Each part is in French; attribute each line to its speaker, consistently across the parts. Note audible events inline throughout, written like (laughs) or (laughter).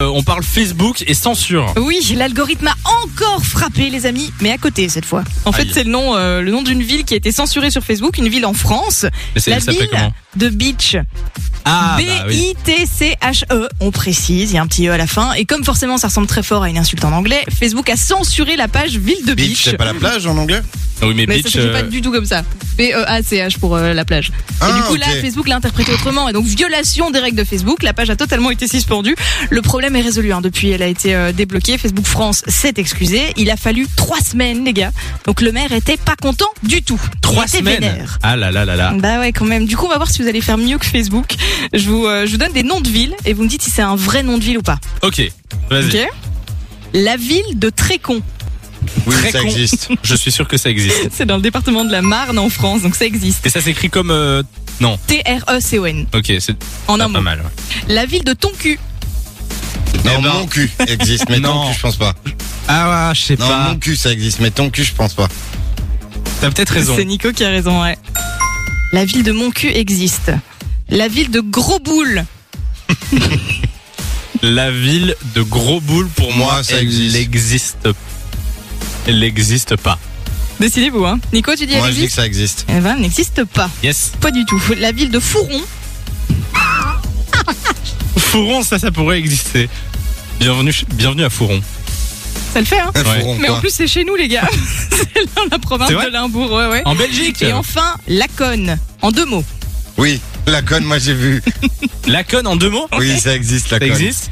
Speaker 1: Euh, On parle Facebook et censure.
Speaker 2: Oui, l'algorithme a encore frappé les amis, mais à côté cette fois. En fait,
Speaker 1: Aïe.
Speaker 2: c'est le nom, euh, le nom d'une ville qui a été censurée sur Facebook, une ville en France,
Speaker 1: Mais c'est-
Speaker 2: la
Speaker 1: elle s'appelait
Speaker 2: ville
Speaker 1: comment
Speaker 2: de Beach.
Speaker 1: Ah, bah oui.
Speaker 2: B-I-T-C-H-E, E, on précise, il y a un petit E à la fin. Et comme forcément ça ressemble très fort à une insulte en anglais, Facebook a censuré la page ville de
Speaker 3: Beach,
Speaker 2: Beach.
Speaker 3: c'est pas la plage en anglais
Speaker 1: Oui, mais,
Speaker 2: mais
Speaker 1: bitch,
Speaker 2: ça s'écrit pas
Speaker 1: euh,
Speaker 2: du tout comme ça. E B-E-A-C-H pour euh, la plage.
Speaker 3: Ah,
Speaker 2: et du coup, là,
Speaker 3: ok.
Speaker 2: Facebook l'a interprété autrement. Et donc, violation des règles de Facebook, la page a totalement été suspendue. Le problème est résolu. hein. Depuis, elle a été euh, débloquée. Facebook France s'est excusé. Il a fallu trois semaines, les gars. Donc, le maire était pas content du tout.
Speaker 1: trois
Speaker 2: Il était
Speaker 1: semaines.
Speaker 2: vénère.
Speaker 1: Ah là là là là.
Speaker 2: Bah ouais, quand même. Du coup, on va voir si vous allez faire mieux que Facebook. Je vous, euh, je vous donne des noms de villes et vous me dites si c'est un vrai nom de ville ou pas.
Speaker 1: Ok, vas-y.
Speaker 2: Ok La ville de Trécon.
Speaker 3: Oui,
Speaker 1: Très
Speaker 3: ça
Speaker 1: con.
Speaker 3: existe.
Speaker 1: Je suis sûr que ça existe.
Speaker 2: C'est dans le département de la Marne en France, donc ça existe. E
Speaker 1: Et ça s'écrit comme. euh, Non,
Speaker 2: T-R-E-C-O-N.
Speaker 1: ok, c'est
Speaker 2: En
Speaker 1: pas,
Speaker 2: un mot.
Speaker 1: mal. ouais.
Speaker 2: La ville de Tonku.
Speaker 3: Non,
Speaker 1: Eh ben.
Speaker 3: mon cul existe, mais
Speaker 1: Non.
Speaker 3: ton cul, je pense pas.
Speaker 1: Ah, ouais, je sais
Speaker 3: Non,
Speaker 1: pas.
Speaker 3: mon cul, ça existe, mais ton cul, je pense pas.
Speaker 1: T'as peut-être raison.
Speaker 2: C'est Nico qui a raison, ouais. La ville de Moncu existe. La ville de Grosboule.
Speaker 1: La ville de Gros Boule, pour moi,
Speaker 3: Moi, ça
Speaker 1: elle
Speaker 3: existe.
Speaker 1: existe. Elle n'existe pas.
Speaker 2: Décidez-vous, hein. Nico, tu dis elle
Speaker 3: Moi, je dis que
Speaker 2: existe
Speaker 3: ça existe.
Speaker 2: Eh ben, elle n'existe pas.
Speaker 1: Yes.
Speaker 2: Pas du tout. La ville de Fouron.
Speaker 1: Fouron, ça, ça pourrait exister. Bienvenue, chez- bienvenue à Fouron.
Speaker 2: Ça le fait, hein.
Speaker 3: Un
Speaker 1: Ouais.
Speaker 3: fourron,
Speaker 2: Mais en
Speaker 3: quoi.
Speaker 2: plus, c'est chez nous,
Speaker 1: (laughs)
Speaker 2: les gars. c'est dans la province
Speaker 1: Euh, C'est vrai
Speaker 2: de Limbourg, ouais, ouais.
Speaker 1: En Belgique
Speaker 2: Et enfin, Laconne. En deux mots.
Speaker 3: Oui, la conne, moi,
Speaker 2: (laughs)
Speaker 3: j'ai vu.
Speaker 1: La conne en deux mots
Speaker 3: Oui, ça existe, la
Speaker 1: Ça
Speaker 3: conne.
Speaker 1: existe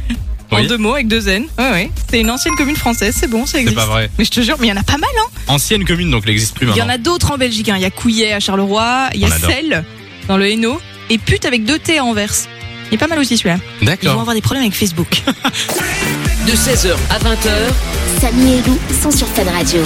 Speaker 2: En
Speaker 1: Oui.
Speaker 2: deux mots, avec deux N. Ouais, ouais. C'est une ancienne commune française, c'est bon, ça
Speaker 1: C'est
Speaker 2: existe.
Speaker 1: pas vrai.
Speaker 2: Mais je te jure, mais il y en a pas mal, hein.
Speaker 1: Ancienne commune, donc elle n'existe plus
Speaker 2: Il y
Speaker 1: maintenant.
Speaker 2: en a d'autres en Belgique, hein. Il y a Couillet à Charleroi, il y
Speaker 1: On
Speaker 2: a
Speaker 1: adore.
Speaker 2: Celle dans le Hainaut, et Pute avec deux T à Anvers. Il est pas mal aussi, celui-là. Ils vont
Speaker 1: D'accord.
Speaker 2: avoir des problèmes avec Facebook.
Speaker 4: de 16h à 20h.
Speaker 5: Samy et Lou sont sur Fan Radio.